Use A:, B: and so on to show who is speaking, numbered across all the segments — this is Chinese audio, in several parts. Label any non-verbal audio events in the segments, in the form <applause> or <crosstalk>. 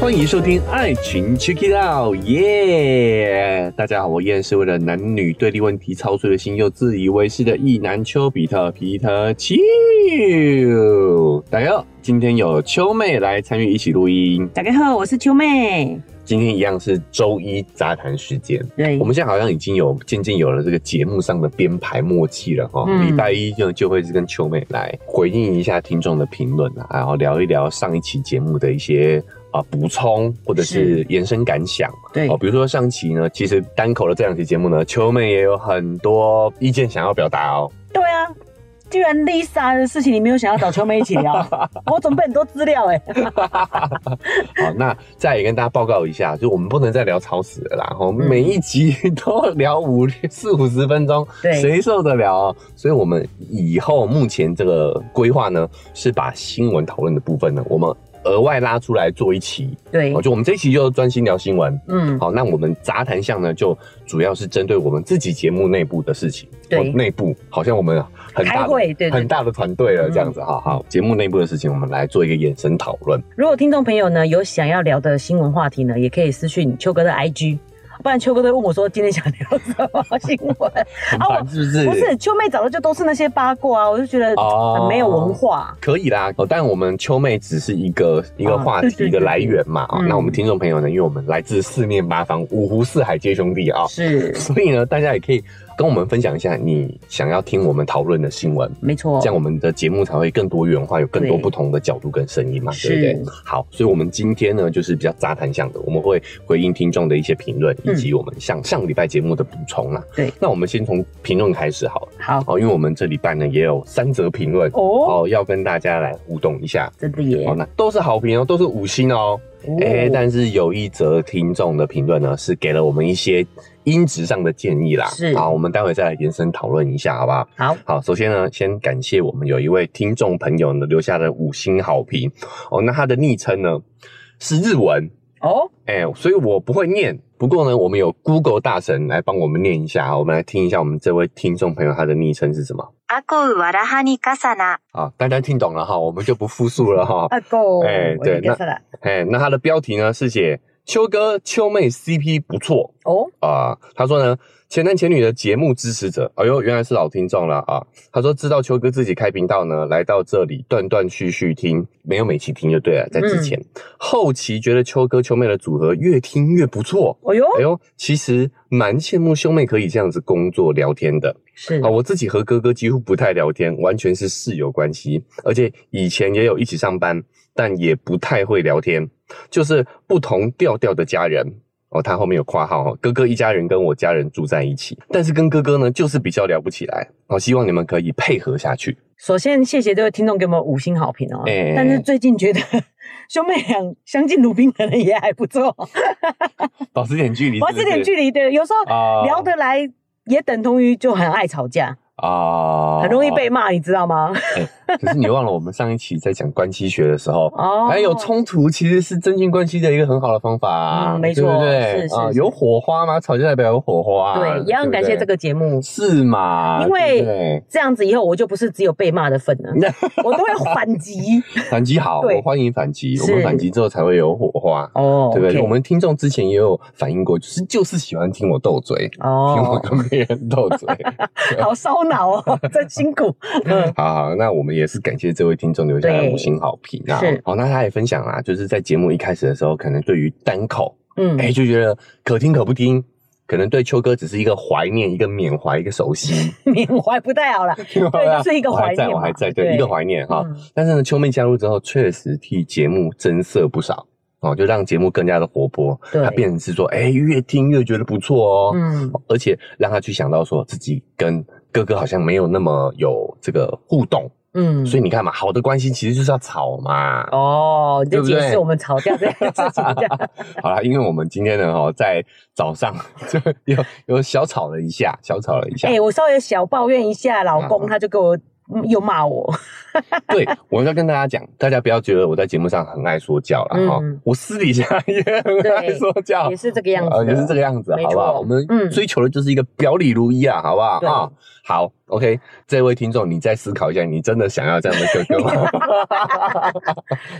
A: 欢迎收听《爱情 Check It Out》，耶！大家好，我依然是为了男女对立问题操碎了心又自以为是的意男丘比特皮特丘。大家好，今天有秋妹来参与一起录音，
B: 大家好，我是秋妹。
A: 今天一样是周一杂谈时间。
B: 对
A: 我，们现在好像已经有渐渐有了这个节目上的编排默契了哈、
B: 嗯
A: 礼、拜一就就会是跟秋妹来回应一下听众的评论啊，然后聊一聊上一期节目的一些啊补充或者是延伸感想。
B: 对
A: 哦，比如说上期呢，其实单口的这两期节目呢，秋妹也有很多意见想要表达哦。
B: 对啊，居然 Lisa 的事情你没有想要找秋妹一起
A: <laughs>
B: 聊，我准备很多资料哎、
A: 好，那再也跟大家报告一下，就我们不能再聊吵死了啦，吼，每一集 <laughs> 都聊五四五十分钟，
B: 嗯对
A: 谁受得了啊？所以我们以后目前这个规划呢，是把新闻讨论的部分呢，我们额外拉出来做一期，
B: 对
A: 哦，，就我们这一期就专心聊新闻。
B: 嗯，
A: 好，那我们杂谈项呢，就主要是针对我们自己节目内部的事情。
B: 对
A: 哦内部好像我们很大
B: 开
A: 的
B: 会对对嗯
A: 很大的团队了，这样子。好好，节目内部的事情，我们来做一个延伸讨论。
B: 如果听众朋友呢有想要聊的新闻话题呢，也可以私讯秋哥的 IG，不然秋哥都会问我说今天想聊什么新闻。
A: 很烦是不是？
B: 不哦是秋妹找的就都是那些八卦啊，我就觉得
A: 哦
B: 很没有文化。
A: 可以啦，哦，但我们秋妹只是一个一个话
B: 对对
A: 题
B: 对
A: 一个来源嘛啊、
B: 嗯
A: 那我们听众朋友呢，因为我们来自四面八方，五湖四海皆兄弟啊、<laughs>
B: 是，
A: 所以呢，大家也可以跟我们分享一下你想要听我们讨论的新闻。
B: 没错
A: 这，样我们的节目才会更多元化，有更多
B: 哦对
A: 不同的角度跟声音嘛，对
B: 是
A: 不对？好，所以我们今天呢就是比较杂谈向的，我们会回应听众的一些评论，以
B: 嗯
A: 及我们上、上个礼拜节目的补充啦。
B: 对，
A: 那我们先从评论开始好了，
B: 好
A: 哦，因为我们这礼拜呢也有三则评论
B: 哦，
A: 哦，要跟大家来互动一下。
B: 真的耶
A: 哦，，那都是好评哦，都是五星哦。
B: 哦
A: 哎、但是有一则听众的评论呢，是给了我们一些音质上的建议啦。
B: 是
A: 好，我们待会再来延伸讨论一下，好不好？
B: 好，
A: 好，首先呢，先感谢我们有一位听众朋友呢留下的五星好评哦。那他的昵称呢是日文，
B: 哦，
A: 哎、所以我不会念。不过呢，我们有 Google 大神来帮我们念一下啊，我们来听一下我们这位听众朋友他的昵称是什么
C: アコウワラハニカサナ。
A: 啊？大家听懂了哈，我们就不复述了哈。
B: 阿狗，
A: 哎对
B: 我理解
A: 那
B: 出来
A: 哎，那他的标题呢是写秋哥秋妹 CP 不错
B: 哦，
A: 啊、他说呢，前男前女的节目支持者，哎呦，原来是老听众了啊。他说知道秋哥自己开频道呢，来到这里断断续续听，没有每期听就对了，在之前、后期觉得秋哥秋妹的组合越听越不错。
B: 哦哟，
A: 哎呦，其实蛮羡慕兄妹可以这样子工作聊天的。
B: 是
A: 啊，我自己和哥哥几乎不太聊天，完全是室友关系，而且以前也有一起上班，但也不太会聊天，就是不同调调的家人。哦，他后面有括号哦，哥哥一家人跟我家人住在一起，但是跟哥哥呢，就是比较聊不起来。哦，希望你们可以配合下去。
B: 首先，谢谢这位听众给我们五星好评哦。
A: 哎
B: 但是最近觉得 <laughs> 兄妹俩相敬如宾，可能也还
A: <laughs>
B: 不错，
A: <laughs> 保持点距离
B: 保持点距离。对，有时候
A: 啊
B: 聊得来，也等同于就很爱吵架，
A: 啊
B: 很容易被骂，你知道吗？
A: 可是你忘了，我们上一期在讲关系学的时
B: <laughs>
A: 候，
B: 哦，
A: <laughs> 哎，有冲突其实是增进关系的一个很好的方法、啊
B: 嗯没错
A: 对不对？
B: 是是
A: 啊
B: 是
A: 有火花吗？吵架代表有火花、
B: 哦
A: 啊
B: 对，也很感谢这
A: 个
B: 个节目。
A: 是嘛？
B: 因为
A: 对不对
B: 这样子以后，我就不是只有被骂的份
A: <laughs>
B: 了，我都会反击。
A: 反击好，
B: 对
A: 我欢迎反击，我
B: 是
A: 们反击之后才会有火花。
B: 哦，
A: 对不对
B: OK
A: 我们听众之前也有反映过，就是就是喜欢听我斗嘴，听我 <laughs>
B: 哦，
A: 跟别人斗
B: <laughs>
A: 嘴。
B: 好烧脑
A: <laughs>
B: 哦，真辛苦。嗯，
A: 好好，那我们也是感谢这位听众留下的
B: 对
A: 五星好评啊
B: 是！
A: 好，那他也分享啦，就是在节目一开始的时候，可能对于单口
B: 嗯 <laughs>
A: 哎、就觉得可听可不听，可能对秋哥只是一个怀念，一个缅怀，一个熟
B: <laughs>
A: 悉。
B: 缅怀不太好了。
A: 对
B: 就是一个怀念
A: 我还在，
B: 嘛
A: 我还在，对，
B: 对
A: 一个怀念哈。
B: 嗯
A: 但是呢，秋妹加入之后，确实替节目增色不少哦，就让节目更加的活泼。
B: 对
A: 它变成是说，哎、越听越觉得不错哦。
B: 嗯，
A: 而且让他去想到说自己跟哥哥好像没有那么有这个互动，
B: 嗯，
A: 所以你看嘛，好的关系其实就是要吵嘛。
B: 哦，你
A: 对
B: 就
A: 不
B: 解
A: 对
B: 释我们吵架这件事情的。
A: 好啦，因为我们今天呢，哦，在早上 <laughs> 就有有小吵了一下，小吵了一下。
B: 哎、我稍微小抱怨一下，老
A: 啊
B: 公他就给我。嗯又骂我，
A: 对，我要跟大家讲，大家不要觉得我在节目上很爱说教啦。哈、
B: 嗯
A: 我私底下也很爱说教
B: 也。是这个样子、
A: 哦呃也是这个样子，
B: 没
A: 好不好？
B: 错
A: 我们
B: 嗯
A: 追求的就是一个表里如一啊，好不好？
B: 对
A: 啊好， OK，这位听众，你再思考一下，你真的想要这样的哥哥
B: <laughs>
A: 吗？哦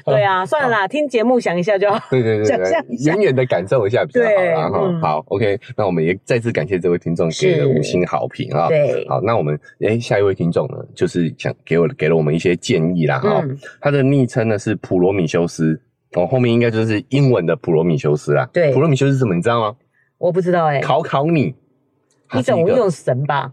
B: 对啊，算了啦，听节目想一下就好。
A: 对对对
B: 想
A: 对
B: 象一，下
A: 远远的感受一下比较好啦
B: 对
A: 哈。
B: 嗯
A: 好，OK，那我们也再次感谢这位听众给了
B: 是
A: 五星好评啊。
B: 对，
A: 好，那我们哎，下一位听众呢，就是想给我给了我们一些建议啦哈。
B: 嗯，
A: 他的昵称呢是普罗米修斯，哦，后面应该就是英文的普罗米修斯啦。
B: 对
A: 普罗米修斯是什么你知道吗？
B: 我不知道哎，
A: 考考你，它
B: 你
A: 是一
B: 总
A: 个
B: 用神吧？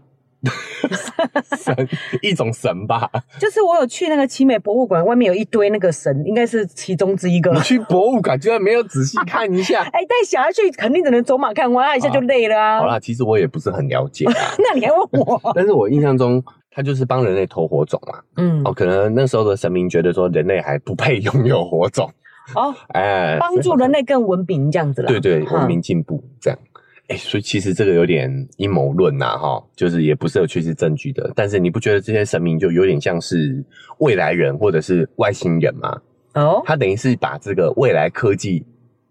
A: 神， <laughs> 一种神吧。
B: 就是我有去那个奇美博物馆，外面有一堆那个神，应该是其中之一个。
A: 你。去博物馆居然没有仔细看一下
B: <laughs> 哎，带小孩去肯定只能走马看花，一下就累了啊。
A: 好啦，其实我也不是很了解
B: <laughs>
A: 啊，
B: 那你还问
A: <laughs>
B: 我？
A: 但是我印象中他就是帮人类投火种嘛。
B: 嗯
A: 哦，，可能那时候的神明觉得说人类还不配拥有火种，
B: 哦，
A: 哎，
B: 帮助人类更文明这样子啦。
A: 对对，
B: 嗯
A: 文明进步这样。哎、所以其实这个有点阴谋论呐，哈，就是也不是有确实证据的。但是你不觉得这些神明就有点像是未来人或者是外星人吗？
B: 哦，
A: 他等于是把这个未来科技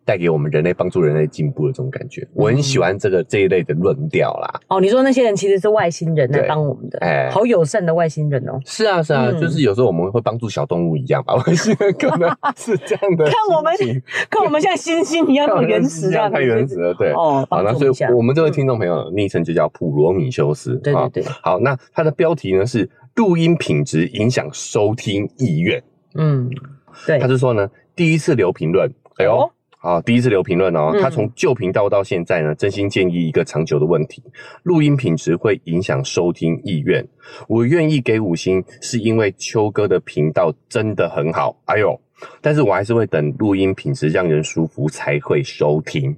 A: 带给我们人类，帮助人类进步的这种感觉。我很喜欢这个这一类的论调啦。
B: 哦，你说那些人其实是外星人来
A: 对
B: 帮我们的，
A: 哎
B: 嗯好友善的外星人哦。
A: 是啊，是啊，
B: 嗯
A: 就是有时候我们会帮助小动物一样吧，外星人可能是这样的心情。
B: <laughs> 看我们跟我们像星星一样那么原始这样子，
A: 太原始了，对。
B: 哦，
A: 好，那
B: 帮助
A: 所
B: 我
A: 以
B: 一下。
A: 我们这位听众朋友昵称就叫普罗米修斯。
B: 对
A: 啊
B: 对对，
A: 好，那它的标题呢是“录音品质影响收听意愿
B: 嗯，”，对
A: 他，是说呢，第一次留评论，哎呦
B: 哦，
A: 好，第一次留评论哦，
B: 嗯
A: 他从旧频道到现在呢，真心建议一个长久的问题：录音品质会影响收听意愿。我愿意给五星，是因为秋哥的频道真的很好，哎呦，但是我还是会等录音品质让人舒服才会收听。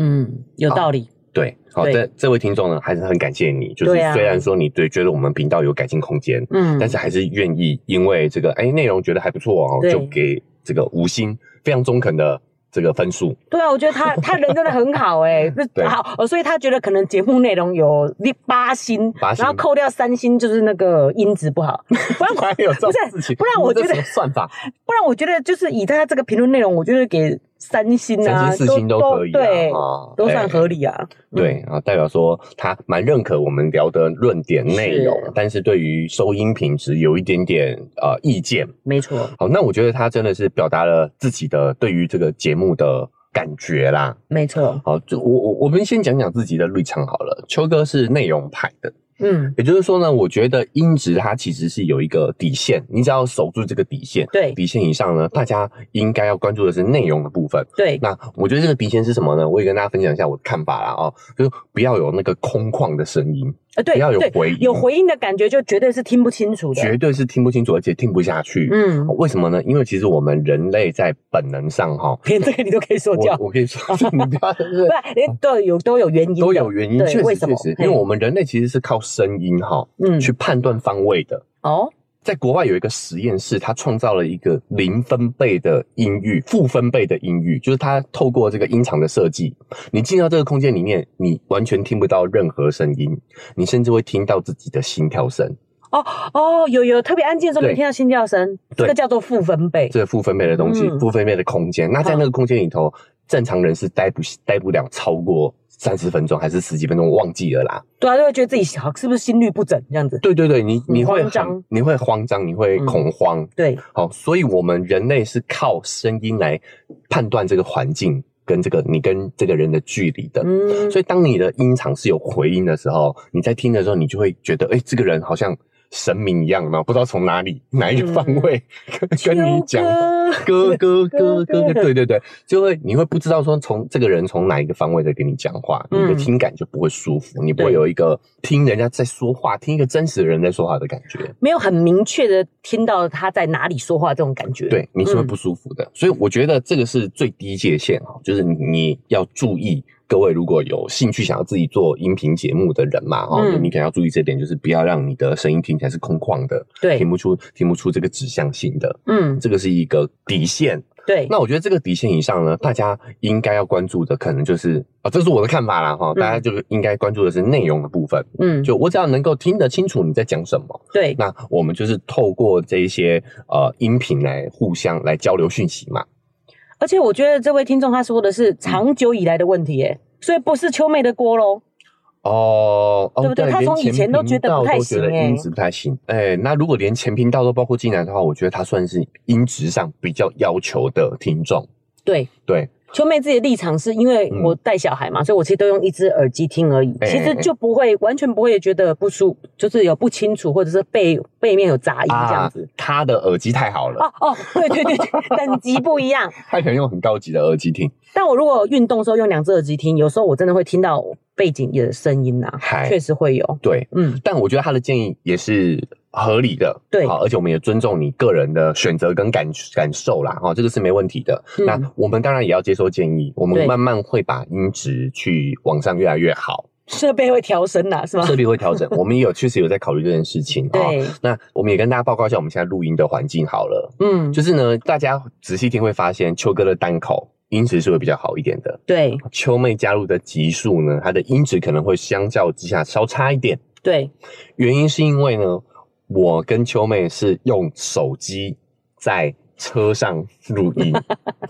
B: 嗯，有道理，
A: 对，好，
B: 对
A: 这这位听众呢，还是很感谢你，就是
B: 对啊
A: 虽然说你对觉得我们频道有改进空间，
B: 嗯，
A: 但是还是愿意因为这个哎内容觉得还不错哦，
B: 对
A: 就给这个五星非常中肯的这个分数。
B: 对啊，我觉
A: <laughs>
B: 得他他人真的很好哎、不
A: 对
B: 是好，呃所以他觉得可能节目内容有八星，
A: 八星
B: 然后扣掉三星就是那个音质
A: <laughs>
B: 不好，不然
A: 还有这种
B: 不是
A: 事情，
B: 不然我
A: 你们这
B: 觉
A: 什
B: 得
A: 么算
B: <laughs>
A: 法，
B: 不然我觉得就是以他这个评论内容，我觉得给三星啊，
A: 三星四星都可以、啊，
B: 对，
A: 啊
B: 都算合
A: 理。
B: 理啊，
A: 对啊，代表说他蛮认可我们聊的论点内容
B: 是，
A: 但是对于收音品质有一点点呃意见。
B: 没错，
A: 好，那我觉得他真的是表达了自己的对于这个节目的感觉啦。
B: 没错，
A: 好，就我我我们先讲讲自己的立场好了。秋哥是内容派的，
B: 嗯，
A: 也就是说呢，我觉得音质它其实是有一个底线，你只要守住这个底线，
B: 对
A: 底线以上呢，大家应该要关注的是内容的部分。
B: 对，
A: 那我觉得这个底线是什么呢？我也跟大家分享一下我的看法啦哦，就是不要有那个空旷的声音，
B: 呃对
A: 不要有
B: 对，
A: 回音，
B: 有回音的感觉就绝对是听不清楚的，
A: 绝对是听不清楚，而且听不下去。
B: 嗯，
A: 为什么呢？因为其实我们人类在本能上哈，
B: 连这个你都可以说教
A: 我，我可以说，你不要 <laughs>
B: 不然连都有都有原因的，
A: 都有原因，
B: 对
A: 确
B: 为
A: 实
B: 什
A: 确
B: 么
A: 实，因
B: 嘿
A: 为我们人类其实是靠声音哈
B: 嗯
A: 去判断方位的。
B: 哦，
A: 在国外有一个实验室，它创造了一个零分贝的音域、负分贝的音域，就是它透过这个音场的设计，你进到这个空间里面，你完全听不到任何声音，你甚至会听到自己的心跳声。
B: 哦哦，有有特别安静的时候，
A: 对
B: 你听到心跳声，这
A: 对
B: 个叫做负分贝。
A: 这个负分贝的东西，
B: 嗯
A: 负分贝的空间，那在那个空间里头，正常人是待不待不了超过三十分钟还是十几分钟，我忘记了啦。
B: 对啊，就会觉得自己好是不是心律不整这样子？
A: 对对对，你
B: 嗯
A: 你会
B: 慌张嗯
A: 很你会慌张，你会恐慌。
B: 对，
A: 好，所以我们人类是靠声音来判断这个环境跟这个你跟这个人的距离的。
B: 嗯，
A: 所以当你的音场是有回音的时候，你在听的时候，你就会觉得，哎、这个人好像神明一样嘛，不知道从哪里哪
B: 嗯
A: 一个方位、跟跟你讲。
B: 秋
A: 哥
B: 哥
A: 哥哥哥
B: 哥
A: 哥，对对对，就会你会不知道说从这个人从哪一个方位在跟你讲话，你的
B: 嗯
A: 听感就不会舒服，你不会
B: 对
A: 有一个听人家在说话，听一个真实的人在说话的感觉，
B: 没有很明确的听到他在哪里说话这种感觉。
A: 对，你是会
B: 嗯
A: 不舒服的。所以我觉得这个是最低界限哈，就是你你要注意。各位如果有兴趣想要自己做音频节目的人嘛，哈、
B: 嗯
A: 你可能要注意这点，就是不要让你的声音听起来是空旷的，听
B: 对，
A: 不出听不出这个指向性的，
B: 嗯，
A: 这个是一个底线。
B: 对，
A: 那我觉得这个底线以上呢，大家应该要关注的，可能就是啊、这是我的看法啦哈，
B: 嗯
A: 大家就应该关注的是内容的部分。
B: 嗯，
A: 就我只要能够听得清楚你在讲什么，
B: 对，
A: 那我们就是透过这一些呃音频来互相来交流讯息嘛。
B: 而且我觉得这位听众他说的是长久以来的问题，耶，所以不是秋妹的锅喽。
A: 哦，哦
B: 对不对他
A: 连
B: 从以前都觉
A: 前
B: 得
A: 频道
B: 不太
A: 都觉得
B: 行欸
A: 音质不太行。哎，那如果连前频道都包括进来的话，我觉得他算是音质上比较要求的听众。
B: 对，
A: 对，
B: 秋妹自己的立场是因为我带小孩嘛，所以我其实都用一只耳机听而已，
A: 嗯哎
B: 其实就不会完全不会觉得不舒，就是有不清楚或者是背背面有杂音这
A: 啊
B: 样子。，
A: 他的耳机太好了，
B: 哦哦，对对对对，等级不一样。
A: 他可能用很高级的耳机听。
B: 但我如果运动的时候用两只耳机听，有时候我真的会听到背景的声音呐、
A: 嗨
B: 确实会有。
A: 对，
B: 嗯，
A: 但我觉得他的建议也是合理的，
B: 对
A: 好，而且我们也尊重你个人的选择跟感感受啦，哈、这个是没问题的。
B: 嗯
A: 那我们当然也要接受建议，我
B: 对
A: 们慢慢会把音质去往上越来越好，
B: 设备会调声 <laughs> 啊呐、是吗？
A: 设备会调整。我们也有确实有在考虑这件事情，哈
B: 对，
A: 那我们也跟大家报告一下我们现在录音的环境好了，
B: 嗯，
A: 就是呢，大家仔细听会发现秋哥的单口音质是会比较好一点的，
B: 对
A: 秋妹加入的集数呢，它的音质可能会相较之下稍差一点。
B: 对
A: 原因是因为呢，我跟秋妹是用手机在车上录
B: <laughs>
A: 音，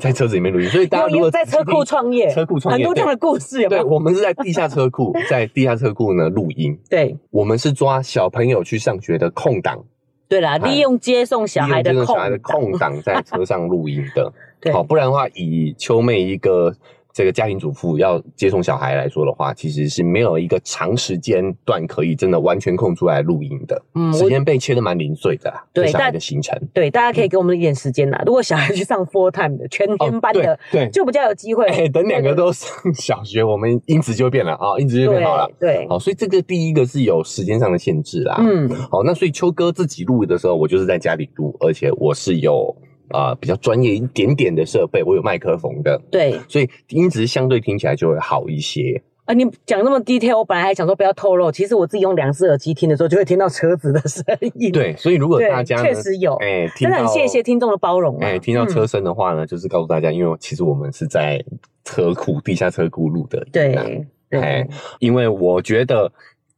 A: 在车子里面录音，所以大家
B: 有
A: 如
B: 因
A: 果
B: 为在
A: 仔细
B: 车库
A: 听
B: 创业，
A: 车库创业
B: 很多这样的故事有没
A: 对，
B: 有？
A: 我们是在地下车库，在地下车库呢录音。
B: 对
A: 我们是抓小朋友去上学的空档，
B: 对啦，
A: 哎
B: 利用接送小孩的啊
A: 利用这种
B: 空
A: 小孩的空档在车上录音的。
B: <laughs> 对
A: 好，不然的话，以秋妹一个这个家庭主妇要接送小孩来说的话，其实是没有一个长时间段可以真的完全空出来录音的。
B: 嗯，
A: 时
B: 我
A: 间被切的蛮零碎的啊啦，
B: 对
A: 对小孩
B: 但
A: 的行程。
B: 对大家可以给我们一点时间啦。如果小孩去上 full time 的全天班的，
A: 哦对，嗯对
B: 就比较有机会。
A: 哎、等两个都上小学，我们音质就会变了啊，音质就
B: 对
A: 变好了。
B: 对，
A: 好，所以这个第一个是有时间上的限制啦。，
B: 嗯，
A: 好，那所以秋哥自己录的时候，我就是在家里录，而且我是有啊、呃比较专业一点点的设备，我有麦克风的，
B: 对。
A: 所以音质相对听起来就会好一些。
B: 啊，你讲那么 detail，我本来还想说不要透露，其实我自己用两只耳机听的时候，就会听到车子的声音。
A: 对，所以如果
B: 对，
A: 大家呢
B: 确实有，
A: 哎、听
B: 真的
A: 到
B: 很谢谢听众的包容啊。
A: 哎、听到
B: 嗯
A: 车声的话呢，就是告诉大家，因为其实我们是在车库地下车库录的音啊，
B: 嗯对
A: 哎
B: 对，
A: 因为我觉得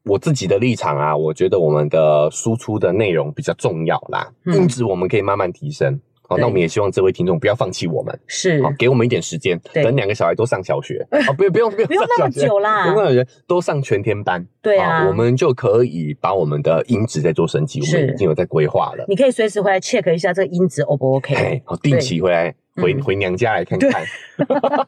A: 我自己的立场啊，我觉得我们的输出的内容比较重要啦，
B: 嗯
A: 音质我们可以慢慢提升。好，
B: 对
A: 那我们也希望这位听众不要放弃我们，
B: 是
A: 好，给我们一点时间，
B: 对
A: 等两个小孩都上小
B: <laughs>
A: 学，啊，不用不用不用
B: 不用
A: 上
B: 那么
A: 小学
B: 久
A: 不用那
B: 啦。
A: 么久都上全天班，
B: 对啊
A: 好，我们就可以把我们的音质再做升级，我
B: 是
A: 们已经有在规划了。
B: 你可以随时回来 check 一下这个音质 O 不 <laughs> OK？
A: 哎，好，定期回来回
B: 嗯
A: 回娘家来看看， <laughs>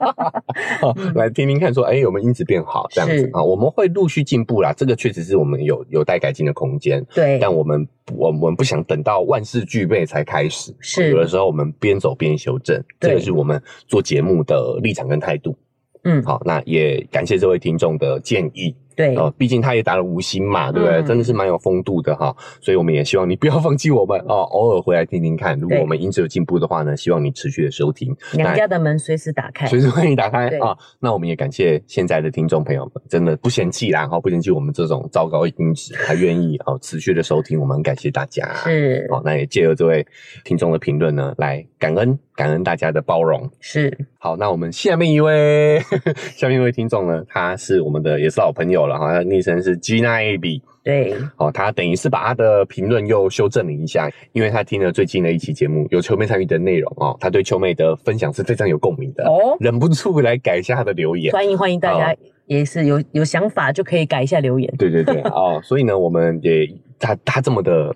A: 好来听听看，说，哎，有没有音质变好这样子
B: 是
A: 啊？我们会陆续进步啦，这个确实是我们有有待改进的空间，
B: 对，
A: 但我们不我我们不想等到万事俱备才开始，
B: 是
A: 有的时候我们边走边修正，
B: 对
A: 这个是我们做节目的立场跟态度。
B: 嗯，
A: 好，那也感谢这位听众的建议
B: 对，
A: 哦，毕竟他也打了五星嘛，对不对？
B: 嗯
A: 真的是蛮有风度的哈，所以我们也希望你不要放弃我们哦，偶尔回来听听看。如果
B: 对
A: 我们音质有进步的话呢，希望你持续的收听，
B: 娘家的门随时打
A: <laughs>
B: 开。
A: 随时欢迎打开
B: 对
A: 啊。那我们也感谢现在的听众朋友们，真的不嫌弃啦，哈，不嫌弃我们这种糟糕音质，还愿意哦持续的收听，我们很感谢大家。
B: 是
A: 好，那也借由这位听众的评论呢，来感恩感恩大家的包容。
B: 是，
A: 好，那我们下面一位， <laughs> 下面一位听众呢，他是我们的也是老朋友了哈，他的昵称是 Gina A B，
B: 对，
A: 哦，他等于是把他的评论又修正了一下，因为他听了最近的一期节目有秋妹参与的内容哦，他对秋妹的分享是非常有共鸣的，
B: 哦，
A: 忍不住来改一下他的留言。
B: 欢迎欢迎大家，也是有有想法就可以改一下留言。
A: 对对对，哦，所以呢，我们也他他这么的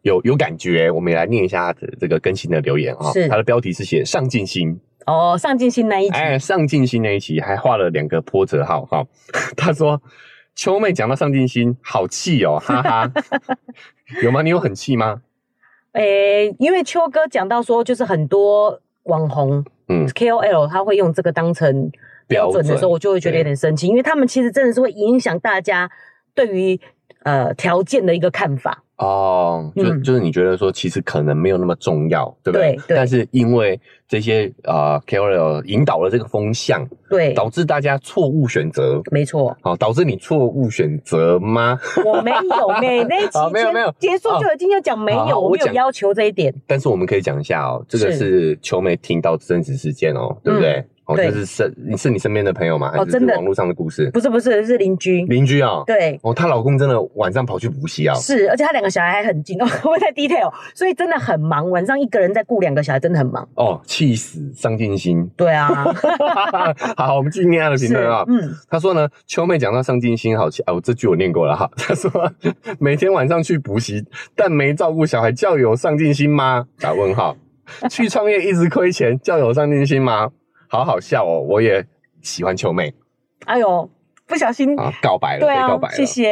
A: 有有感觉，我们也来念一下他的这个更新的留言啊、
B: 是
A: 他的标题是写上进心，
B: 哦，上进心那一集，
A: 哎，上进心那一期还画了两个波折号哈、他说秋妹讲到上进心，好气哦，哈
B: <laughs>
A: 哈。有吗？你有很气吗？
B: 诶、因为秋哥讲到说，就是很多网红
A: 嗯，
B: KOL 他会用这个当成标准的时
A: 标
B: 候，
A: 准
B: 我就会觉得有点生气，因为他们其实真的是会影响大家对于呃条件的一个看法。
A: 哦，就、
B: 嗯
A: 就是你觉得说，其实可能没有那么重要，对不对？
B: 对对
A: 但是因为这些呃 KOL 引导了这个风向，
B: 对，
A: 导致大家错误选择。
B: 没
A: <laughs>
B: 错，
A: 好，导致你错误选择吗？
B: 我没有妹那一期
A: 好没有
B: 结
A: 没有
B: 结束就已经要讲没
A: 好好
B: 有，我
A: 我
B: 没有
A: 讲
B: 要求这一点。
A: 但是我们可以讲一下哦，这个
B: 是嗯
A: 是秋妹听到真实事件哦，对不对？哦，
B: 对
A: 就是身你是你身边的朋友吗？还
B: 哦
A: 是
B: 真的
A: 是网络上的故事？
B: 不是不是，是邻居。
A: 邻居啊，
B: 对，
A: 哦，她老公真的晚上跑去补习啊，
B: 是，而且他两个小孩还很 <laughs> 近，哦，会不会太 detail？所以真的很忙，晚上一个人在顾两个小孩，真的很忙。
A: 哦，气死，伤尽心。 <laughs>
B: 对 <laughs> 啊，
A: 好，我们继续念她的评
B: 是，
A: 论啊。
B: 嗯，
A: 她说呢，秋妹讲到上进心好奇哦，这句我念过了哈。 <laughs> 她说每天晚上去补习，但没照顾小孩，叫有上进心吗？打问号。 <laughs> 去创业一直亏钱，叫有上进心吗？好好笑哦，我也喜欢秋妹
B: 哎呦，不小心，
A: 啊，告白了，
B: 对
A: 被告
B: 啊
A: 白，了，
B: 谢谢，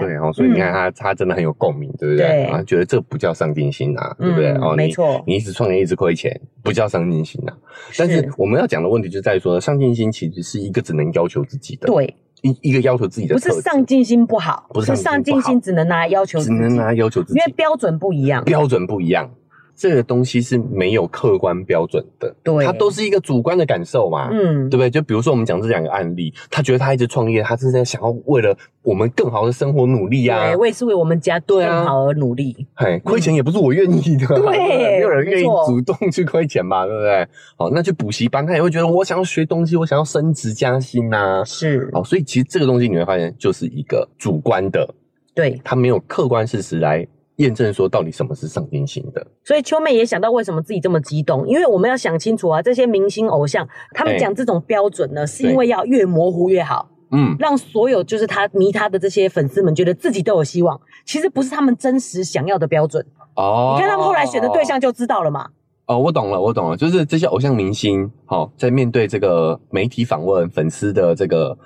A: 对，哦，所以你看他，他真的很有共鸣，对不
B: 对
A: 对？啊，觉得这不叫上进心啊，对不对？
B: 嗯
A: 哦，
B: 没
A: 你
B: 错
A: 你一直创业一直亏钱，不叫上进心啊。但是
B: 是
A: 我们要讲的问题就在于说，上进心其实是一个只能要求自己的，，
B: 对，
A: 一一个要求自己的
B: 不
A: 特质，
B: 是上进心不好，
A: 不是
B: 是
A: 上
B: 上
A: 进心不
B: 进
A: 好
B: 心只能拿来要求自
A: 只
B: 己，
A: 能拿来要求自己
B: 因，为标准不一样，
A: 标准不一样。这个东西是没有客观标准的，
B: 对
A: 它都是一个主观的感受嘛，
B: 嗯
A: 对，不对？就比如说我们讲这两个案例，他觉得他一直创业，他是在想要为了我们更好的生活努力啊
B: 对，，我也是为我们家
A: 对啊
B: 更好而努力，
A: 嘿，亏钱也不是我愿意的啊、
B: 嗯对
A: 不没有人愿意
B: 没错
A: 主动去亏钱吧，对不对？好，那去补习班，他也会觉得我想要学东西，我想要升职加薪呐、
B: 是，
A: 好，所以其实这个东西你会发现，就是一个主观的，
B: 对，
A: 它没有客观事实来验证说到底什么是上进心的。
B: 所以秋妹也想到为什么自己这么激动，因为我们要想清楚啊，这些明星偶像他们
A: 哎
B: 讲这种标准呢，是
A: 对
B: 因为要越模糊越好。
A: 嗯，
B: 让所有就是他迷他的这些粉丝们觉得自己都有希望，其实不是他们真实想要的标准。
A: 哦
B: 你看他们后来选的对象就知道了嘛。
A: 哦，我懂了，我懂了，就是这些偶像明星，好、在面对这个媒体访问、粉丝的这个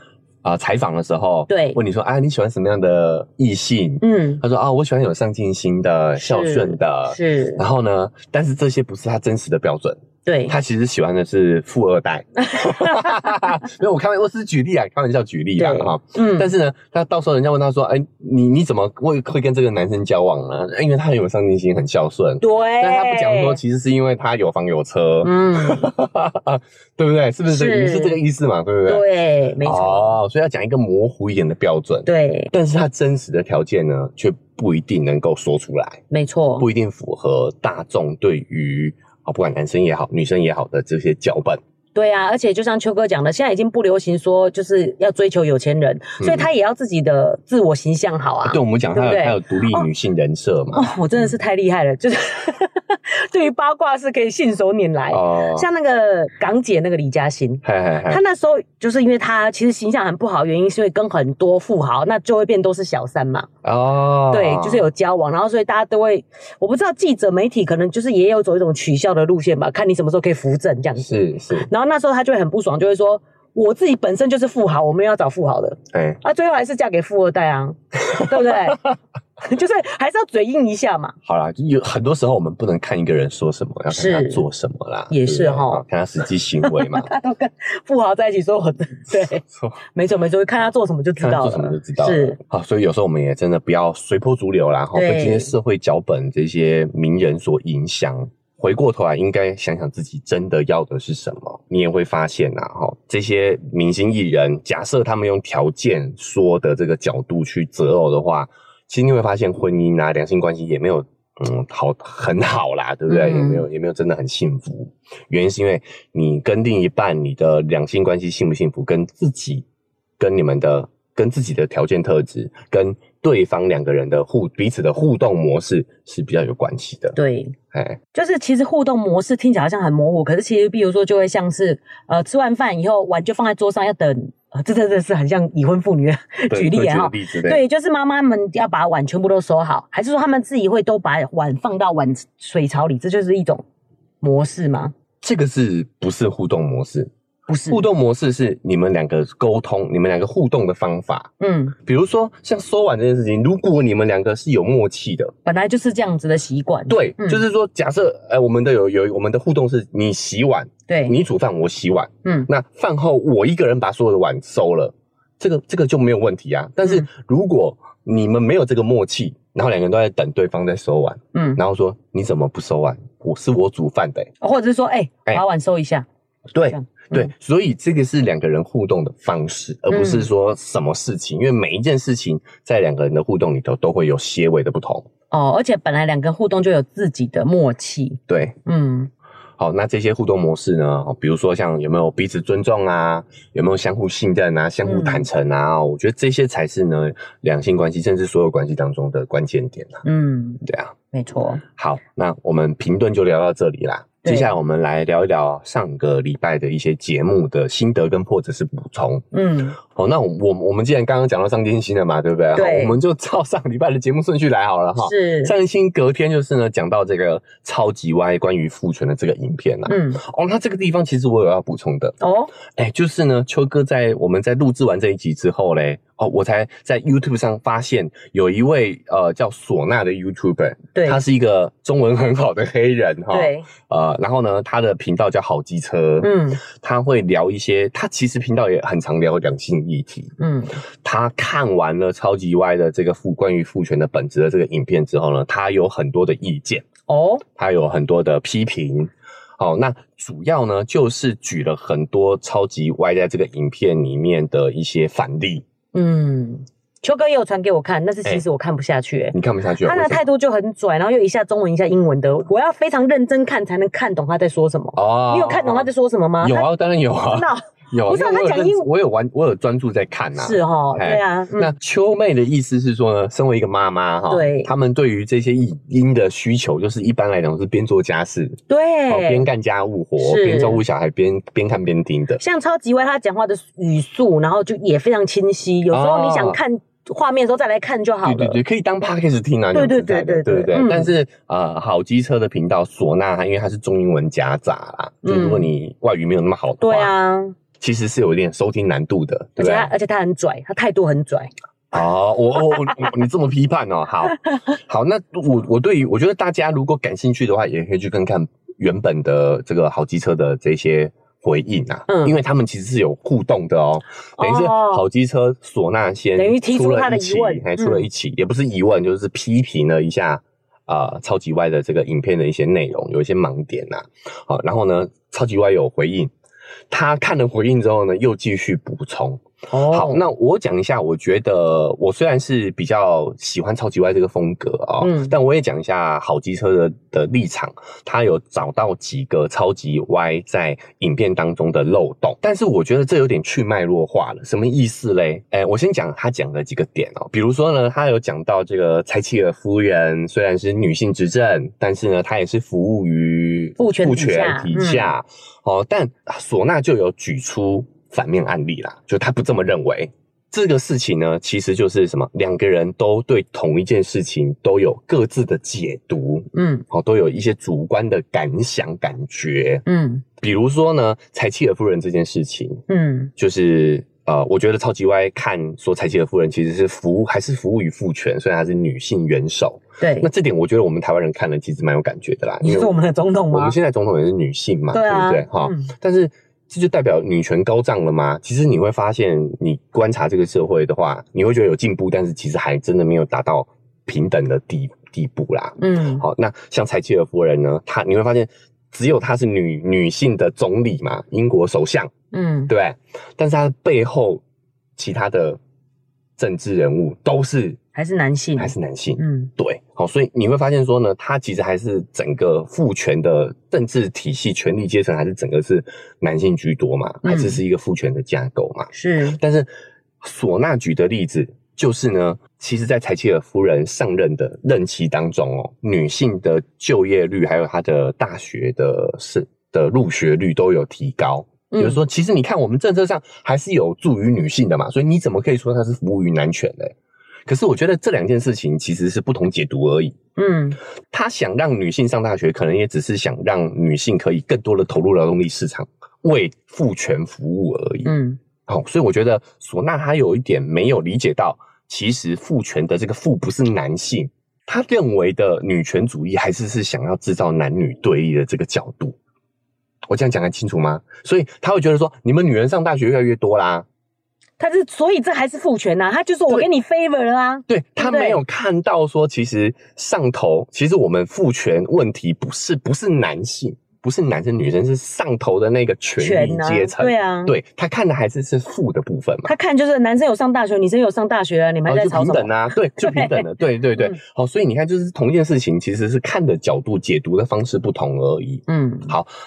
A: 啊、采访的时候，
B: 对
A: 问你说，啊，你喜欢什么样的异性？
B: 嗯，
A: 他说啊，我喜欢有上进心的、
B: 是
A: 孝顺的。
B: 是，
A: 然后呢，但是这些不是他真实的标准，
B: 对，
A: 呃他其实喜欢的是富二
B: <laughs>
A: 代。没有，我开玩我只是举例啊，开玩笑举例啊
B: 对
A: 哈。
B: 嗯，
A: 但是呢，他到时候人家问他说，哎，你你怎么会会跟这个男生交往呢？因为他很有上进心，很孝顺。
B: 对，
A: 但他不讲
B: 哎
A: 说，其实是因为他有房有车， <laughs>
B: 嗯，
A: 对不对？是不是？
B: 是
A: 你是这个意思嘛？对不对？
B: 对，没错，
A: 哦，所以要讲一个模糊一点的标准，
B: 对，
A: 但是他真实的条件呢，却不一定能够说出来。
B: 没错，
A: 不一定符合大众对于啊，不管男生也好，女生也好的这些脚本。
B: 对啊。而且就像秋哥讲的，现在已经不流行说就是要追求有钱人，所以他也要自己的自我形象好啊。
A: 嗯对我们讲，她有
B: 对不对
A: 她有独立女性人设
B: 哦
A: 嘛？，
B: 我真的是太厉害了，就是 <laughs> 对于八卦是可以信手拈来。
A: 哦，
B: 像那个港姐那个李嘉欣，
A: 嗨嗨
B: 她
A: 嗨，
B: 那时候就是因为她其实形象很不好，原因是因为跟很多富豪，那就会变都是小三嘛，
A: 哦，
B: 对，就是有交往，然后所以大家都会，我不知道记者媒体可能就是也有走一种取笑的路线吧，看你什么时候可以扶正这样子。
A: 是是，
B: 然后那时候她就会很不爽，就会说。我自己本身就是富豪，我没有要找富豪的
A: 哎，
B: 啊，最后还是嫁给富二代啊， <laughs> 对不对？ <laughs> 就是还是要嘴硬一下嘛。
A: 好啦，有很多时候我们不能看一个人说什么，要看
B: 是
A: 他做什么啦，
B: 也是
A: 对不对哦
B: 齁
A: 看他实际行为
B: <laughs>
A: 嘛。 <laughs>
B: 他都跟富豪在一起，说我的 <laughs> 对，
A: 错
B: 没错没错，看他做什么就知
A: 看他
B: 道了，
A: 做什么就知道了。
B: 是，
A: 好，所以有时候我们也真的不要随波逐流啦，哈，
B: 对
A: 被这些社会脚本、这些名人所影响。回过头来，应该想想自己真的要的是什么。你也会发现呐、哈，这些明星艺人，假设他们用条件说的这个角度去择偶的话，其实你会发现婚姻啊、两性关系也没有。嗯，好，很好啦，对不对？
B: 嗯
A: 也没有，也没有真的很幸福。原因是因为你跟另一半你的两性关系幸不幸福，跟自己、跟你们的、跟自己的条件特质，跟对方两个人的互彼此的互动模式是比较有关系的。
B: 对。
A: 哎，
B: 就是其实互动模式听起来好像很模糊，可是其实比如说就会像是呃吃完饭以后碗就放在桌上要等，呃、这真的是很像已婚妇女的 <laughs> 举例啊
A: 啊
B: 哈。，
A: 例子
B: 对，就是妈妈们要把碗全部都收好，还是说他们自己会都把碗放到碗水槽里？这就是一种模式吗？
A: 这个是不是互动模式？
B: 不是，
A: 互动模式是你们两个沟通，你们两个互动的方法。
B: 嗯，
A: 比如说像收碗这件事情，如果你们两个是有默契的，
B: 本来就是这样子的习惯。
A: 对，
B: 嗯
A: 就是说假设呃我们的有有我们的互动是你洗碗，
B: 对，
A: 你煮饭我洗碗，
B: 嗯，
A: 那饭后我一个人把所有的碗收了，这个这个就没有问题啊。但是
B: 嗯
A: 如果你们没有这个默契，然后两个人都在等对方在收碗，
B: 嗯，
A: 然后说你怎么不收碗？我是我煮饭的欸、
B: 或者是说，哎、
A: 哎
B: 把碗收一下。
A: 对
B: 这样嗯
A: 对，所以这个是两个人互动的方式，而不是说什么事情，因为每一件事情在两个人的互动里头都会有些微的不同。
B: 哦，而且本来两个人互动就有自己的默契。
A: 对，
B: 嗯，
A: 好，那这些互动模式呢？哦比如说像有没有彼此尊重啊，有没有相互信任啊，相互
B: 嗯
A: 坦诚啊，我觉得这些才是呢两性关系，甚至所有关系当中的关键点啊。
B: 嗯，
A: 对啊，
B: 没错，
A: 好，那我们评论就聊到这里啦。
B: 对
A: 接下来我们来聊一聊上个礼拜的一些节目的心得跟或者是补充。
B: 嗯，
A: 好，那我我我们既然刚刚讲到上天星了嘛，对不对？
B: 对
A: 好我们就照上礼拜的节目顺序来好了哈。
B: 是，
A: 上一星隔天就是呢，讲到这个超级歪关于父权的这个影片啊。
B: 嗯，
A: 哦，那这个地方其实我有要补充的，
B: 哦，
A: 哎，就是呢，秋哥在我们在录制完这一集之后嘞，哦，我才在 YouTube 上发现有一位呃叫唢呐的 YouTuber，
B: 对，
A: 他是一个中文很好的黑人哈，，
B: 对，
A: 呃，然后呢，他的频道叫好机车，
B: 嗯
A: 他会聊一些，他其实频道也很常聊两性议题，
B: 嗯，
A: 他看完了超级歪的这个父关于父权的本质的这个影片之后呢，他有很多的意见，
B: 哦，
A: 他有很多的批评。好，那主要呢就是举了很多超级歪在这个影片里面的一些反例，
B: 嗯，秋哥也有传给我看，但是其
A: 哎
B: 实我看不下去、欸
A: 你看不下去了啊
B: 他的
A: 为什么
B: 态度就很拽，然后又一下中文一下英文的，我要非常认真看才能看懂他在说什么。
A: 哦，
B: 你有看懂他在说什么吗？
A: 有
B: 他，
A: 啊，当然有啊
B: 真，的哦、
A: 有。
B: 不是啊
A: 因为我有
B: 他讲
A: 认
B: 英文
A: 我有玩，我有专注在看呐、
B: 是哦，
A: 哎
B: 对啊，嗯
A: 那秋妹的意思是说呢，身为一个妈妈哈，
B: 对
A: 他们对于这些音音的需求，就是一般来讲是边做家事，哦，边
B: 对。
A: 干家务活，
B: 是
A: 边照顾小孩，边边看边听的。
B: 像超级歪，他讲话的语速，然后就也非常清晰。有时候你想
A: 哦
B: 看画面的时候再来看就好
A: 对
B: 了。
A: 对对，可以当 podcast 听啊，
B: 对
A: 你
B: 对
A: 自带的对
B: 对对
A: 不对
B: 对嗯
A: 但是呃，好机车的频道唢呐，因为它是中英文夹杂啦，
B: 嗯
A: 就如果你外语没有那么好的
B: 对
A: 话，，
B: 啊，
A: 其实是有一点收听难度的，
B: 而
A: 对不
B: 且
A: 对
B: 他？而且他很拽，他态度很拽。
A: 哦，我我我我你这么批判哦，好好，那我我对于我觉得大家如果感兴趣的话，也可以去看看原本的这个好机车的这些回应啊，
B: 嗯
A: 因为他们其实是有互动的哦，等于是
B: 哦
A: 好机车唢呐先
B: 等于提出他的疑问
A: 还出了
B: 嗯
A: 一起，也不是疑问，就是批评了一下。啊、超级外的这个影片的一些内容有一些盲点呐、好、然后呢，超级外有回应，他看了回应之后呢，又继续补充，
B: 哦
A: 好，那我讲一下，我觉得我虽然是比较喜欢超级外这个风格啊、哦，
B: 嗯
A: 但我也讲一下好机车的的立场，他有找到几个超级歪在影片当中的漏洞，但是我觉得这有点去脉络化了，什么意思嘞？哎，我先讲他讲的几个点哦，比如说呢，他有讲到这个柴契尔夫人虽然是女性执政，但是呢，她也是服务于
B: 父权
A: 父
B: 底
A: 权
B: 下
A: 底
B: 嗯
A: 下，哦，但唢呐就有举出反面案例啦，就他不这么认为。这个事情呢，其实就是什么？两个人都对同一件事情都有各自的解读，
B: 嗯
A: 哦，都有一些主观的感想、感觉。
B: 嗯
A: 比如说呢，柴契尔夫人这件事情，
B: 嗯，
A: 就是呃，我觉得超级歪看说柴契尔夫人其实是服务还是服务于父权，虽然她是女性元首。
B: 对
A: 那。这点我觉得我们台湾人看了其实蛮有感觉的啦，
B: 你
A: 因为
B: 是我们的总统
A: 我
B: 吗
A: 们？现在总统也是女性嘛，
B: 啊，
A: 不对？哈、
B: 嗯
A: 但是这就代表女权高涨了吗？其实你会发现，你观察这个社会的话，你会觉得有进步，但是其实还真的没有达到平等的地地步啦。
B: 嗯，
A: 好，那像柴契尔夫人呢，她你会发现，只有她是女女性的总理嘛，英国首相，
B: 嗯，
A: 对不对？但是她背后其他的政治人物都是
B: 还是男性，
A: 还是男性，
B: 嗯
A: 对，好，所以你会发现说呢，它其实还是整个父权的政治体系、权力阶层，还是整个是男性居多嘛，
B: 嗯
A: 还是是一个父权的架构嘛。
B: 是，
A: 但是唢呐举的例子就是呢，其实，在柴契尔夫人上任的任期当中哦，女性的就业率还有她的大学的是的入学率都有提高。比如
B: 嗯
A: 说，其实你看我们政策上还是有助于女性的嘛，所以你怎么可以说它是服务于男权呢？可是我觉得这两件事情其实是不同解读而已。
B: 嗯
A: 他想让女性上大学，可能也只是想让女性可以更多的投入劳动力市场，为父权服务而已。
B: 嗯
A: 好、哦所以我觉得唢呐他有一点没有理解到，其实父权的这个父不是男性，他认为的女权主义还是是想要制造男女对立的这个角度。我这样讲得清楚吗？所以他会觉得说，你们女人上大学越来越多啦，
B: 他是，所以这还是父权呐、啊他就说我
A: 对
B: 给你 favor 了啊，
A: 对他
B: 对
A: 没有看到说，其实上头，其实我们父权问题不是不是男性，不是男生女生，是上头的那个权力
B: 啊
A: 阶，层。
B: 对啊，
A: 对他看的还是是负的部分嘛。
B: 他看就是男生有上大学，女生有上大学啊，你们
A: 然
B: 还
A: 后
B: 在
A: 就
B: 吵
A: 平
B: 什
A: 等
B: 么？
A: 啊，对，就平等
B: <laughs>
A: 的，对对对
B: 嗯。
A: 好，所以你看，就是同一件事情，其实是看的角度、解读的方式不同而已。
B: 嗯，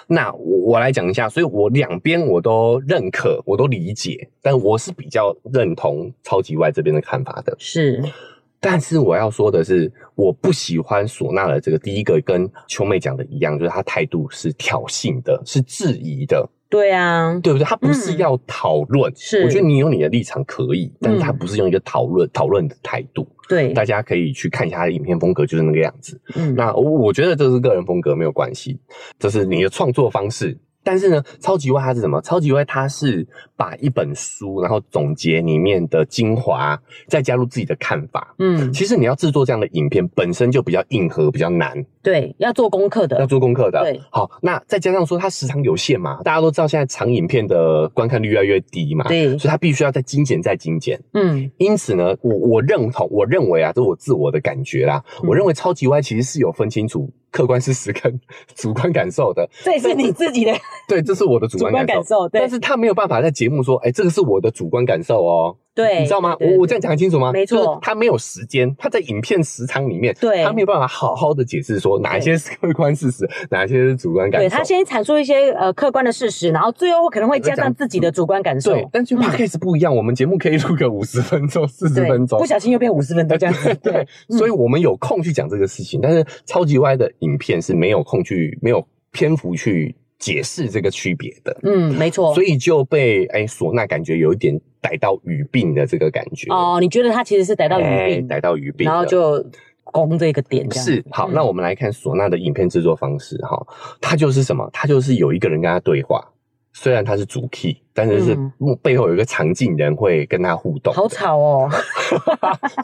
A: 那我我来讲一下，所以我两边我都认可，我都理解，但我是比较认同超级外这边的看法的。
B: 是，
A: 但是我要说的是，我不喜欢唢呐的这个第一个跟秋妹讲的一样，就是她态度是挑衅的，是质疑的，
B: 对啊，
A: 对不对？她不是
B: 嗯
A: 要讨论，
B: 是
A: 我觉得你有你的立场可以，但是她
B: 嗯
A: 不是用一个讨论讨论的态度。
B: 对，
A: 大家可以去看一下她的影片风格，就是那个样子。
B: 嗯，
A: 那我我觉得这是个人风格没有关系，这是你的创作方式。但是呢，超级外它是什么？超级外它是把一本书，然后总结里面的精华，再加入自己的看法。
B: 嗯，
A: 其实你要制作这样的影片，本身就比较硬核，比较难，
B: 对，要做功课
A: 要
B: 的，
A: 做功课的。
B: 对
A: 好，那再加上说它时长有限嘛，大家都知道现在长影片的观看率越来越低嘛，所
B: 对
A: 以，它必须要再精简再精简。
B: 嗯，
A: 因此呢，我我认同，我认为啊，这是我自我的感觉啦。
B: 嗯
A: 我认为超级歪其实是有分清楚客观事实跟主观感受的，
B: 这也是你自己的
A: 对，这是我的主
B: 主
A: 观
B: 观
A: 感
B: 感
A: 受。
B: 受，对
A: 但，是他没有办法在节目说，哎、这个是我的主观感受哦，
B: 对，
A: 你知道吗？
B: 对
A: 我我这样，讲得清楚吗？
B: 没错
A: 就是他没有时间，他在影片时长里面，
B: 对
A: 他没有办法好好的解释说哪一些是客观事实，哪一些是主观
B: 对
A: 感
B: 对
A: 受
B: 他。先阐述一些呃客观的事实，然后最后可能会加上自己的主观感受，
A: 对，但是
B: 嗯
A: podcast 不一样，我们节目可以录个五十分钟、四十
B: 对
A: 分钟
B: 不，小心又变五十分钟这样子，
A: <laughs> 对，
B: 嗯
A: 所以我们有空去讲这个事情，但是超级歪的影片是没有空去、没有篇幅去解释这个区别的，
B: 嗯，没错，
A: 所以就被哎唢呐感觉有一点逮到语病的这个感觉，
B: 哦，你觉得他其实是逮到鱼
A: 哎
B: 病，
A: 逮到语病了，
B: 然后就攻这个点，这样
A: 是好。
B: 嗯
A: 那我们来看唢呐的影片制作方式哈，它就是什么？它就是有一个人跟他对话。虽然他是主 key，但是是
B: 嗯
A: 背后有一个常进人会跟他互动，
B: 好，
A: <laughs>
B: 吵哦。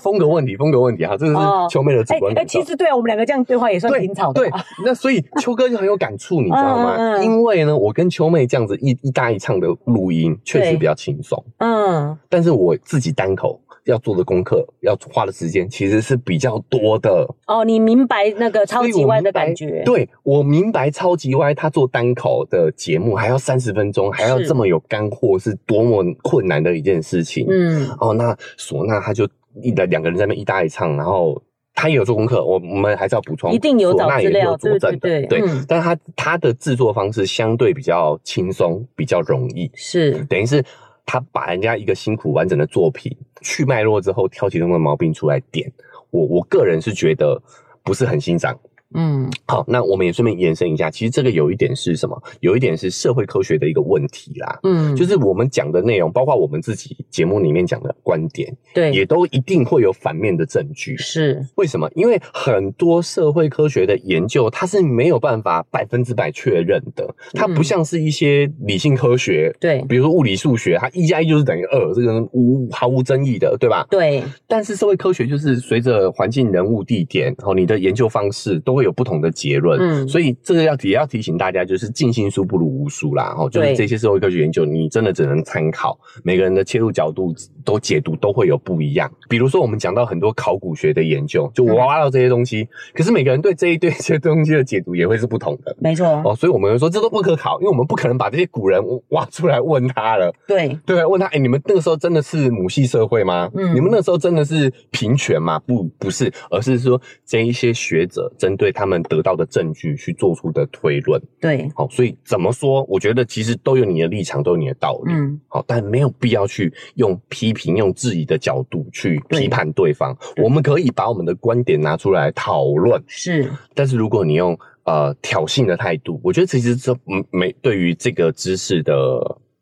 A: 风格问题，风格问题哈，这是
B: 哦
A: 秋妹的主
B: 哎
A: 观
B: 哎，
A: 感受。
B: 其实对啊，我们两个这样对话也算
A: 对
B: 挺吵的
A: 对
B: 啊。，
A: 那所以秋哥就很有感触，你知道
B: 嗯嗯
A: 吗？
B: 嗯
A: 因为呢，我跟秋妹这样子一一搭一唱的录音，确实
B: 对
A: 比较轻松。
B: 嗯，
A: 但是我自己单口要做的功课，要花的时间其实是比较多的。
B: 哦，你明白那个超
A: 所以
B: 级
A: 我
B: 歪
A: 明
B: 的
A: 白
B: 感觉，
A: 对我明白，超级歪他做单口的节目还要三十分钟，还要
B: 是
A: 这么有干货，是多么困难的一件事情。
B: 嗯，
A: 哦，那唢呐他就一来两个人在那边一搭一唱，然后他也有做功课，我我们还是要补充，
B: 一定有
A: 唢
B: 找
A: 呐
B: 资
A: 也是有
B: 料
A: 佐
B: 对
A: 证的，
B: 对对嗯
A: 但他他的制作方式相对比较轻松，比较容易，
B: 是，
A: 等于是他把人家一个辛苦完整的作品去脉络之后，挑其中的毛病出来点。我我个人是觉得不是很欣赏。
B: 嗯，
A: 好，那我们也顺便延伸一下，其实这个有一点是什么？有一点是社会科学的一个问题啦。
B: 嗯，
A: 就是我们讲的内容，包括我们自己节目里面讲的观点，也
B: 对，
A: 都一定会有反面的证据。
B: 是，
A: 为什么？因为很多社会科学的研究，它是没有办法百分之百确认的，它不
B: 嗯
A: 像是一些理性科学，
B: 对，
A: 比如说物理数学，它一加一就是等于二，这个无毫无争议的，对吧？
B: 对，
A: 但是社会科学就是随着环境、人物、地点，然后你的研究方式都会有不同的结论，
B: 嗯
A: 所以这个要也要提醒大家，就是尽信书不如无书啦，哦，就是
B: 对
A: 这些社会科学研究，你真的只能参考，每个人的切入角度都解读都会有不一样。比如说我们讲到很多考古学的研究，就我挖到这些东西，
B: 嗯
A: 可是每个人对这一对这些东西的解读也会是不同的。
B: 没错，
A: 哦，所以我们会说这都不可考，因为我们不可能把这些古人挖出来问他了。
B: 对，
A: 对，问他，哎、你们那个时候真的是母系社会吗？
B: 嗯
A: 你们那时候真的是平权吗？不，不是，而是说这一些学者针对他们得到的证据去做出的推论。
B: 对，
A: 好、所以怎么说？我觉得其实都有你的立场，都有你的道理。
B: 嗯，
A: 好，但没有必要去用批评、用质疑的角度去
B: 对
A: 批判对方。
B: 对
A: 我们可以把我们的观点拿出来讨论，
B: 是，
A: 但是如果你用呃挑衅的态度，我觉得其实这嗯没对于这个知识的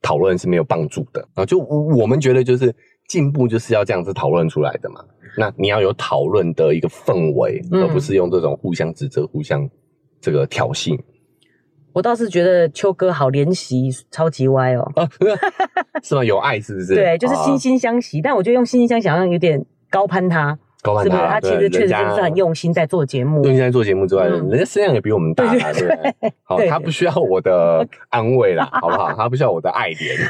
A: 讨论是没有帮助的啊。就我我们觉得就是进步就是要这样子讨论出来的嘛。那你要有讨论的一个氛围，
B: 嗯
A: 而不是用这种互相指责、互相这个挑衅
B: 我倒是觉得秋哥好怜惜，超级歪哦，
A: 啊，是吗？有爱是不是？
B: 对，就是惺
A: 啊
B: 惺相惜，但我觉得用惺惺相惜好像有点高攀他，
A: 高攀
B: 是不是？
A: 他，
B: 他其实确实真的是很
A: 用。
B: 用心在做节目
A: 对，，现在做节目之外，
B: 嗯
A: 人家声量也比我们大啦，对不对？好，
B: 对
A: 他不需要我的安慰
B: <laughs>
A: 啦，好不好？他不需要我的爱怜。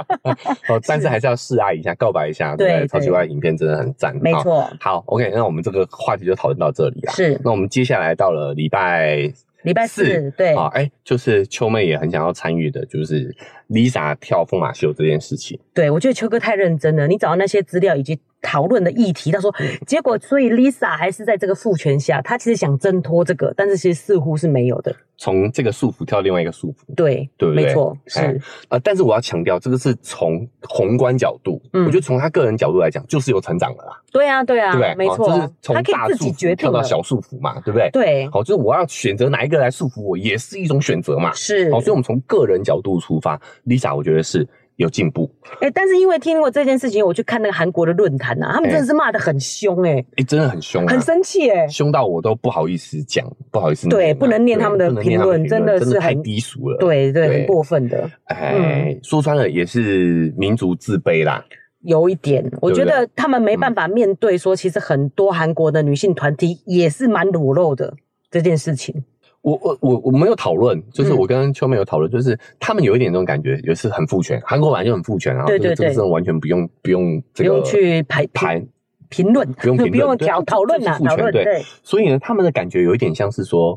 A: <laughs> 好，但是还是要示爱一下，告白一下，对不对？
B: 对
A: 超级外影片真的很赞，啊
B: 没
A: 好。
B: 错，
A: 好，OK，那我们这个话题就讨论到这里啦。
B: 是
A: 那我们接下来到了礼拜
B: 礼拜四对
A: 啊，哎，就是秋妹也很想要参与的，就是 Lisa 跳疯马秀这件事情。
B: 对，我觉得秋哥太认真了。你找到那些资料以及讨论的议题，他说，
A: 嗯
B: 结果所以 Lisa 还是在这个父权下，她其实想挣脱这个，但是其实似乎是没有的。
A: 从这个束缚跳另外一个束缚，
B: 对，
A: 对不对
B: 没错，
A: 哎
B: 是，
A: 呃，但是我要强调，这个是从宏观角度，
B: 嗯
A: 我觉得从他个人角度来讲，就是有成长了啦，
B: 对啊，对啊
A: 对不对？，
B: 没错，
A: 哦就是从
B: 她可
A: 大
B: 以自
A: 束
B: 己
A: 缚
B: 决定
A: 跳
B: 了
A: 到小束缚嘛，对不对？
B: 对，
A: 好，就是我要选择哪一个来束缚我，也是一种选择嘛。
B: 是。
A: 好，所以我们从个人角度出发，Lisa 我觉得是有进步。
B: 哎、但是因为听过这件事情，我去看那个韩国的论坛啊，他们真的是骂得很凶、哎、
A: 哎，真的很凶、啊，
B: 很生气、哎，
A: 凶到我都不好意思讲，不好意思念啊、
B: 对不能念他们的
A: 对不能念
B: 评论
A: 他们
B: 真的是
A: 太
B: 很
A: 低俗了。，
B: 对嗯对，
A: 对
B: 很过分的，
A: 哎，说穿了也是民族自卑啦。
B: 有一点，我
A: 对不
B: 觉
A: 对
B: 得他们没办法面对说，其实很多韩国的女性团体也是蛮裸露的这件事情。
A: 我我我我们有讨论，就是
B: 嗯
A: 我跟秋妹有讨论，就是他们有一点这种感觉，也是很父权，韩国本来就很父权啊，
B: 对
A: 就是
B: 对
A: 这个
B: 对
A: 真的完全不用不用这
B: 不
A: 个
B: 用去排
A: 排
B: 评论，
A: 不用评论
B: 不用
A: 对
B: 讨
A: 这
B: 讨论
A: 这
B: 啊，
A: 是父
B: 讨
A: 权
B: 论
A: 对
B: 对，
A: 所以呢，他们的感觉有一点像是说，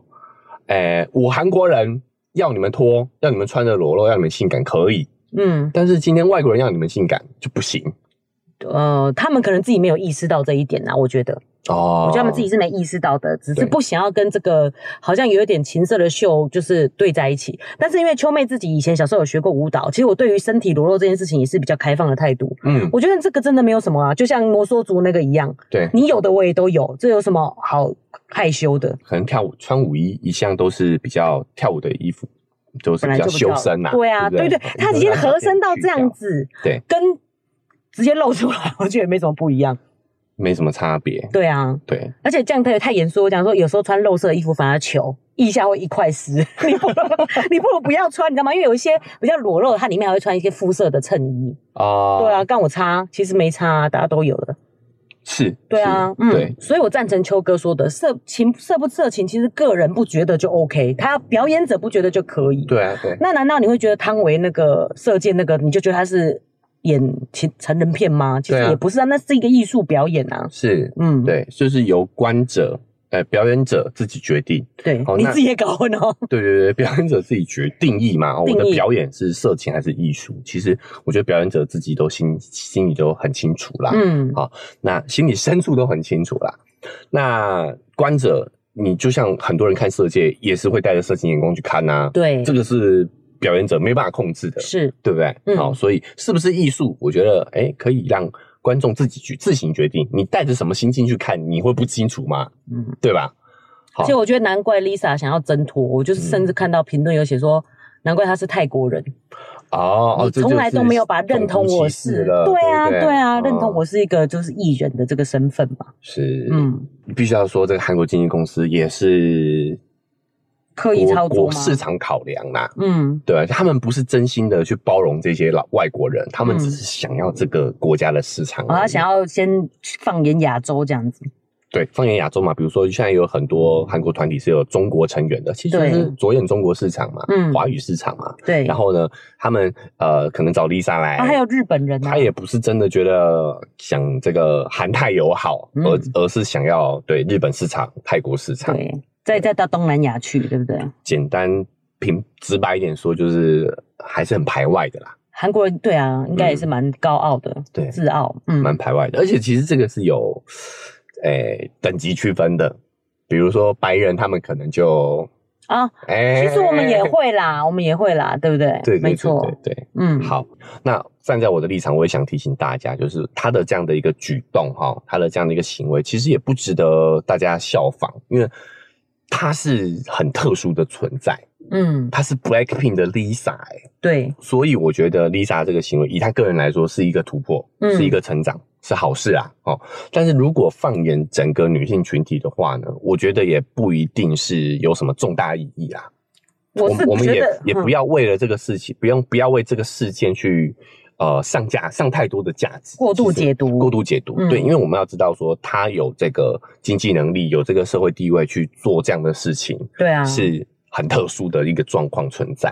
A: 哎、我韩国人要你们脱，要你们穿着裸露，要你们性感可以，
B: 嗯
A: 但是今天外国人要你们性感就不行
B: 呃，他们可能自己没有意识到这一点啊，我觉得，
A: 哦
B: 我觉得他们自己是没意识到的，只是
A: 对
B: 不想要跟这个好像有一点情色的秀就是对在一起。但是因为秋妹自己以前小时候有学过舞蹈，其实我对于身体裸露这件事情也是比较开放的态度。
A: 嗯，
B: 我觉得这个真的没有什么啊，就像摩梭族那个一样，
A: 对，
B: 你有的我也都有，这有什么好害羞的？
A: 可能跳舞穿舞衣一向都是比较跳舞的衣服，就是
B: 本
A: 比
B: 来就
A: 较
B: 不
A: 修身呐、
B: 对啊，
A: 对不
B: 对对，他已经合身到这样，子，
A: 对，
B: 跟直接露出来，我觉得没什么不一样。
A: 没什么差别。
B: 对啊，
A: 对，
B: 而且这样他也太严肃。我讲说，有时候穿肉色的衣服反而球腋下会一块湿， <laughs> 你不如你不如不要穿，你知道吗？因为有一些比较裸露的，它里面还会穿一些肤色的衬衣。
A: 哦，
B: 对啊，，干我擦，其实没擦、啊，大家都有的。
A: 是，
B: 对啊
A: 是，
B: 嗯，
A: 对，
B: 所以我赞成秋哥说的，色情色不色情，其实个人不觉得就 OK，他表演者不觉得就可以。
A: 对啊，对，
B: 那难道你会觉得汤唯那个射箭那个，你就觉得他是演情成人片吗？其实
A: 对啊
B: 也不是啊，那是一个艺术表演啊。
A: 是，
B: 嗯，
A: 对，就是由观者，呃，表演者自己决定。
B: 对
A: 好
B: 你
A: 那
B: 自己也搞混哦。
A: 对对对，表演者自己决定义嘛，哦
B: 定
A: 我
B: 义
A: 的表演是色情还是艺术？其实我觉得表演者自己都心心里都很清楚啦，
B: 嗯
A: 啊好那心里深处都很清楚啦。那观者，你就像很多人看色戒，也是会带着色情眼光去看呐、
B: 对，
A: 这个是表演者没办法控制的，
B: 是
A: 对不对？好、
B: 嗯
A: 所以是不是艺术？我觉得，哎，可以让观众自己去自行决定。你带着什么心境去看，你会不清楚吗？
B: 嗯。
A: 对吧？好
B: 而且我觉得难怪 Lisa 想要挣脱，我就是甚至看到评论有写说。难怪她是泰国人，
A: 嗯哦，
B: 你
A: 哦，这
B: 从
A: 就
B: 来
A: 是
B: 都没有把认同
A: 种族
B: 我
A: 歧视
B: 是，
A: 了，
B: 对啊，
A: 不
B: 对啊，认同
A: 哦
B: 我是一个就是艺人的这个身份嘛，
A: 是，嗯，
B: 嗯，
A: 必须要说这个韩国经纪公司也是
B: 刻意
A: 国
B: 操作
A: 国
B: 吗？
A: 市场考量啦，
B: 嗯，
A: 对啊，他们不是真心的去包容这些老外国人，他们
B: 嗯
A: 只是想要这个国家的市场而已，
B: 啊，他想要先放眼亚洲这样子，
A: 对，放眼亚洲嘛，比如说现在有很多韩国团体是有中国成员的，其实就
B: 对
A: 是着眼中国市场嘛，
B: 嗯
A: 华语市场嘛。
B: 对，
A: 然后呢，他们呃可能找 Lisa 来，
B: 啊，还有日本人、啊，
A: 他也不是真的觉得想这个韩泰友好，
B: 嗯
A: 而而是想要对日本市场、泰国市场，
B: 对，再再到东南亚去，对不对？
A: 简单平直白一点说，就是还是很排外的啦，
B: 韩国人对啊，应该也是蛮高傲的，
A: 嗯对
B: 自傲，
A: 蛮
B: 嗯，
A: 排外的。而且其实这个是有，诶、等级区分的，比如说白人他们可能就，
B: 啊，
A: 哎、
B: 其实我们也会啦，我们也会啦，对不对？
A: 对，对
B: 没错，
A: 对对对。
B: 嗯，，
A: 好，那站在我的立场，我也想提醒大家，就是他的这样的一个举动哈，他的这样的一个行为，其实也不值得大家效仿，因为他是很特殊的存在，
B: 嗯，
A: 他是 BLACKPINK 的 Lisa，、欸、
B: 对，
A: 所以我觉得 Lisa 这个行为，以他个人来说是一个突破，
B: 嗯
A: 是一个成长，是好事啊，哦。但是如果放眼整个女性群体的话呢，我觉得也不一定是有什么重大意义啦。啊
B: 我是
A: 们我们
B: 觉
A: 也
B: 得嗯
A: 也不
B: 要，
A: 要为了这个事情，不用不要为这个事件去呃上价上太多的价值，
B: 过度
A: 其实
B: 解读
A: 过度解读，
B: 嗯
A: 对，因为我们要知道说他有这个经济能力，有这个社会地位去做这样的事情，
B: 对啊，
A: 是很特殊的一个状况存在。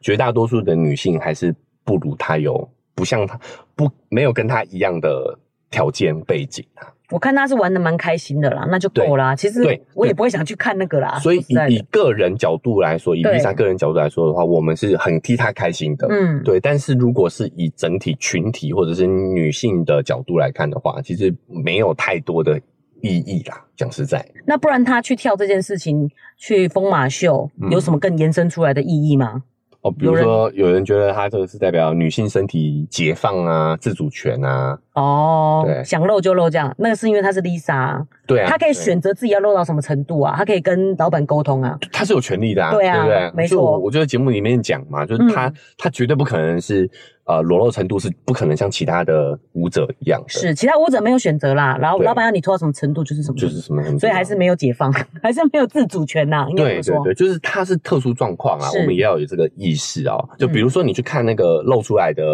A: 绝大多数的女性还是不如他有不像他不没有跟他一样的条件背景啊，
B: 我看他是玩的蛮开心的啦，那就够啦。其实
A: 对
B: 我也
A: 对
B: 不会想去看那个啦。
A: 所以
B: 说实
A: 以
B: 啊在的
A: 以个人角度来说，以
B: 对
A: 丽莎个人角度来说的话，我们是很替她开心的。
B: 嗯，
A: 对，但是如果是以整体群体或者是女性的角度来看的话，其实没有太多的意义啦。讲实在，
B: 那不然他去跳这件事情，去疯马秀，
A: 嗯
B: 有什么更延伸出来的意义吗？
A: 哦，比如说有人觉得她这个是代表女性身体解放啊、自主权啊，
B: 哦
A: 对，
B: 想露就露这样，那个是因为她是 Lisa，啊
A: 对啊，
B: 她可以
A: 对
B: 选择自己要露到什么程度啊，她可以跟老板沟通啊。
A: 他是有权利的、啊，
B: 对啊
A: 不对？
B: 没错嗯
A: 就我我觉得节目里面讲嘛，就是他、他绝对不可能是呃裸露程度是不可能像其他的舞者一样的，
B: 是，其他舞者没有选择啦，然后
A: 对
B: 老板要你拖到什么程度就是什么，
A: 就是什么，
B: 所以还是没有解放， <laughs> 还是没有自主权啊呐、应该这
A: 对
B: 么
A: 对
B: 说。
A: 对，就是它是特殊状况啊，
B: 是嗯
A: 我们也要有这个意识啊、就比如说你去看那个露出来的。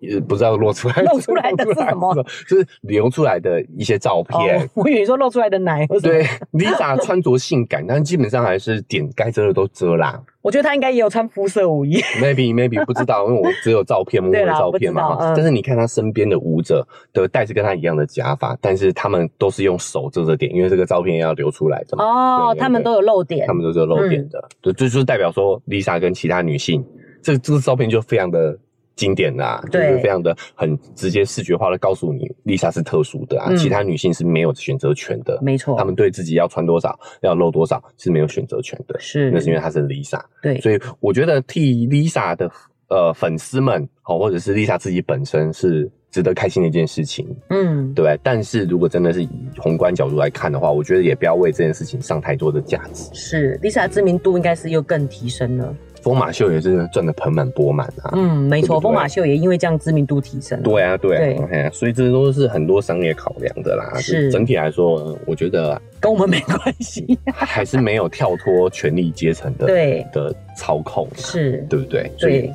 A: 呃不知道露出来
B: 露出来的是什
A: <laughs>
B: 么
A: 露出来的就是流出来的一些照片。
B: 哦， <laughs> 我以为说露出来的奶。或什
A: <laughs>
B: 么
A: 对，，Lisa 穿着性感，但基本上还是点该遮的都遮啦。
B: 我觉得她应该也有穿肤色舞衣。
A: Maybe maybe 不知道，因为我只有照片，摸摸
B: 对
A: 的
B: 啦
A: 照片嘛。
B: 我不知道
A: 哈
B: 嗯
A: 但是你看他身边的舞者的戴着跟他一样的假发，但是他们都是用手遮着点，因为这个照片要流出来的嘛，
B: 哦，
A: 对
B: 他们都有露点
A: 他。们都是有露点
B: 嗯
A: 的。对，这就是代表说 Lisa 跟其他女性，这这个照片就非常的。经典啦、就
B: 对
A: 是非常的很直接视觉化的告诉你，Lisa 是特殊的啊，
B: 嗯
A: 其他女性是没有选择权的。
B: 没错
A: 她们对自己要穿多少、要露多少是没有选择权的，
B: 是
A: 那是因为她是 Lisa。
B: 对，
A: 所以我觉得替 Lisa 的呃粉丝们，好、或者是 Lisa 自己本身是值得开心的一件事情，
B: 嗯，
A: 对不对？但是如果真的是以宏观角度来看的话，我觉得也不要为这件事情上太多的价值。
B: 是 Lisa 的知名度应该是又更提升了。
A: 疯马秀也是赚的盆满钵满啊。
B: 嗯，没
A: 对
B: 错，
A: 不对
B: 疯马秀也因为这样知名度提升了。
A: 对啊，对
B: 对
A: 啊嘿啊，所以这都是很多商业考量的啦。
B: 是
A: 就整体来说，呃我觉得
B: 跟我们没关系。
A: <laughs> 还是没有跳脱权力阶层的
B: <laughs> 对
A: 的操控，
B: 是，
A: 对不对？所以
B: 对，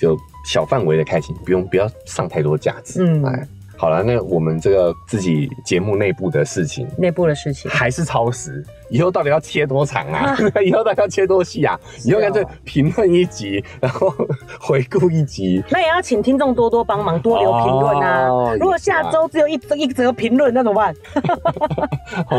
A: 就小范围的开心，不用不要上太多价值。
B: 嗯
A: 哎，好了，那我们这个自己节目内部的事情。
B: 内部的事情。
A: 还是超时，以后到底要切多长
B: <laughs>
A: 啊？以后到底要切多细啊？以后干脆评论一集，然后回顾一集，
B: 那也要请听众多多帮忙，多留评论啊。
A: 哦
B: 如果下周只有一则一则评论，那怎么办？
A: <laughs> 好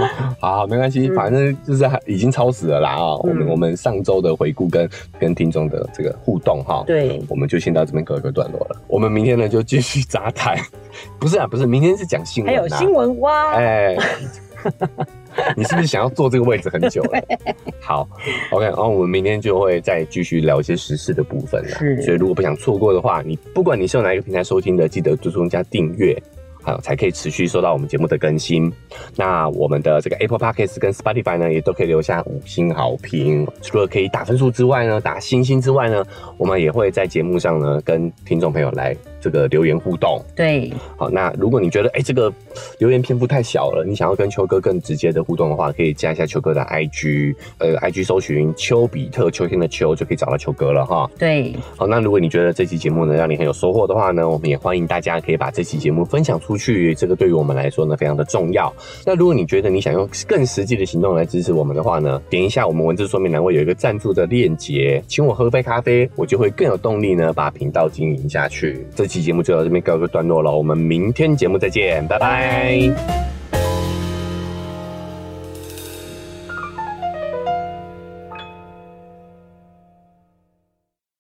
A: 好，没关系，
B: 嗯
A: 反正就是已经超时了啦啊、我们
B: 嗯
A: 我们上周的回顾跟跟听众的这个互动哈，，
B: 对，
A: 我们就先到这边告一个段落了。我们明天呢就继续杂谈， <laughs> 不是啊，不是，明天是讲新
B: 还
A: 闻、啊，
B: 有新，闻哇，
A: 哎。你是不是想要坐这个位置很久了？好，OK，然后我们明天就会再继续聊一些时事的部分啦。
B: 是
A: 所以如果不想错过的话，你不管你是用哪一个平台收听的，记得追踪加订阅，好，才可以持续收到我们节目的更新。那我们的这个 Apple Podcast 跟 Spotify 呢，也都可以留下五星好评。除了可以打分数之外呢，打星星之外呢，我们也会在节目上呢跟听众朋友来这个留言互动。
B: 对，
A: 好，那如果你觉得哎、这个留言篇幅太小了，你想要跟秋哥更直接的互动的话，可以加一下秋哥的 IG，呃，IG 搜寻丘比特秋天的秋就可以找到秋哥了哈。
B: 对，
A: 好，那如果你觉得这期节目呢让你很有收获的话呢，我们也欢迎大家可以把这期节目分享出去，这个对于我们来说呢非常的重要。那如果你觉得你想用更实际的行动来支持我们的话呢，点一下我们文字说明栏位有一个赞助的链接，请我喝杯咖啡，我就会更有动力呢把频道经营下去。这期节目就到这边告一个段落了，我们明天节目再见，拜拜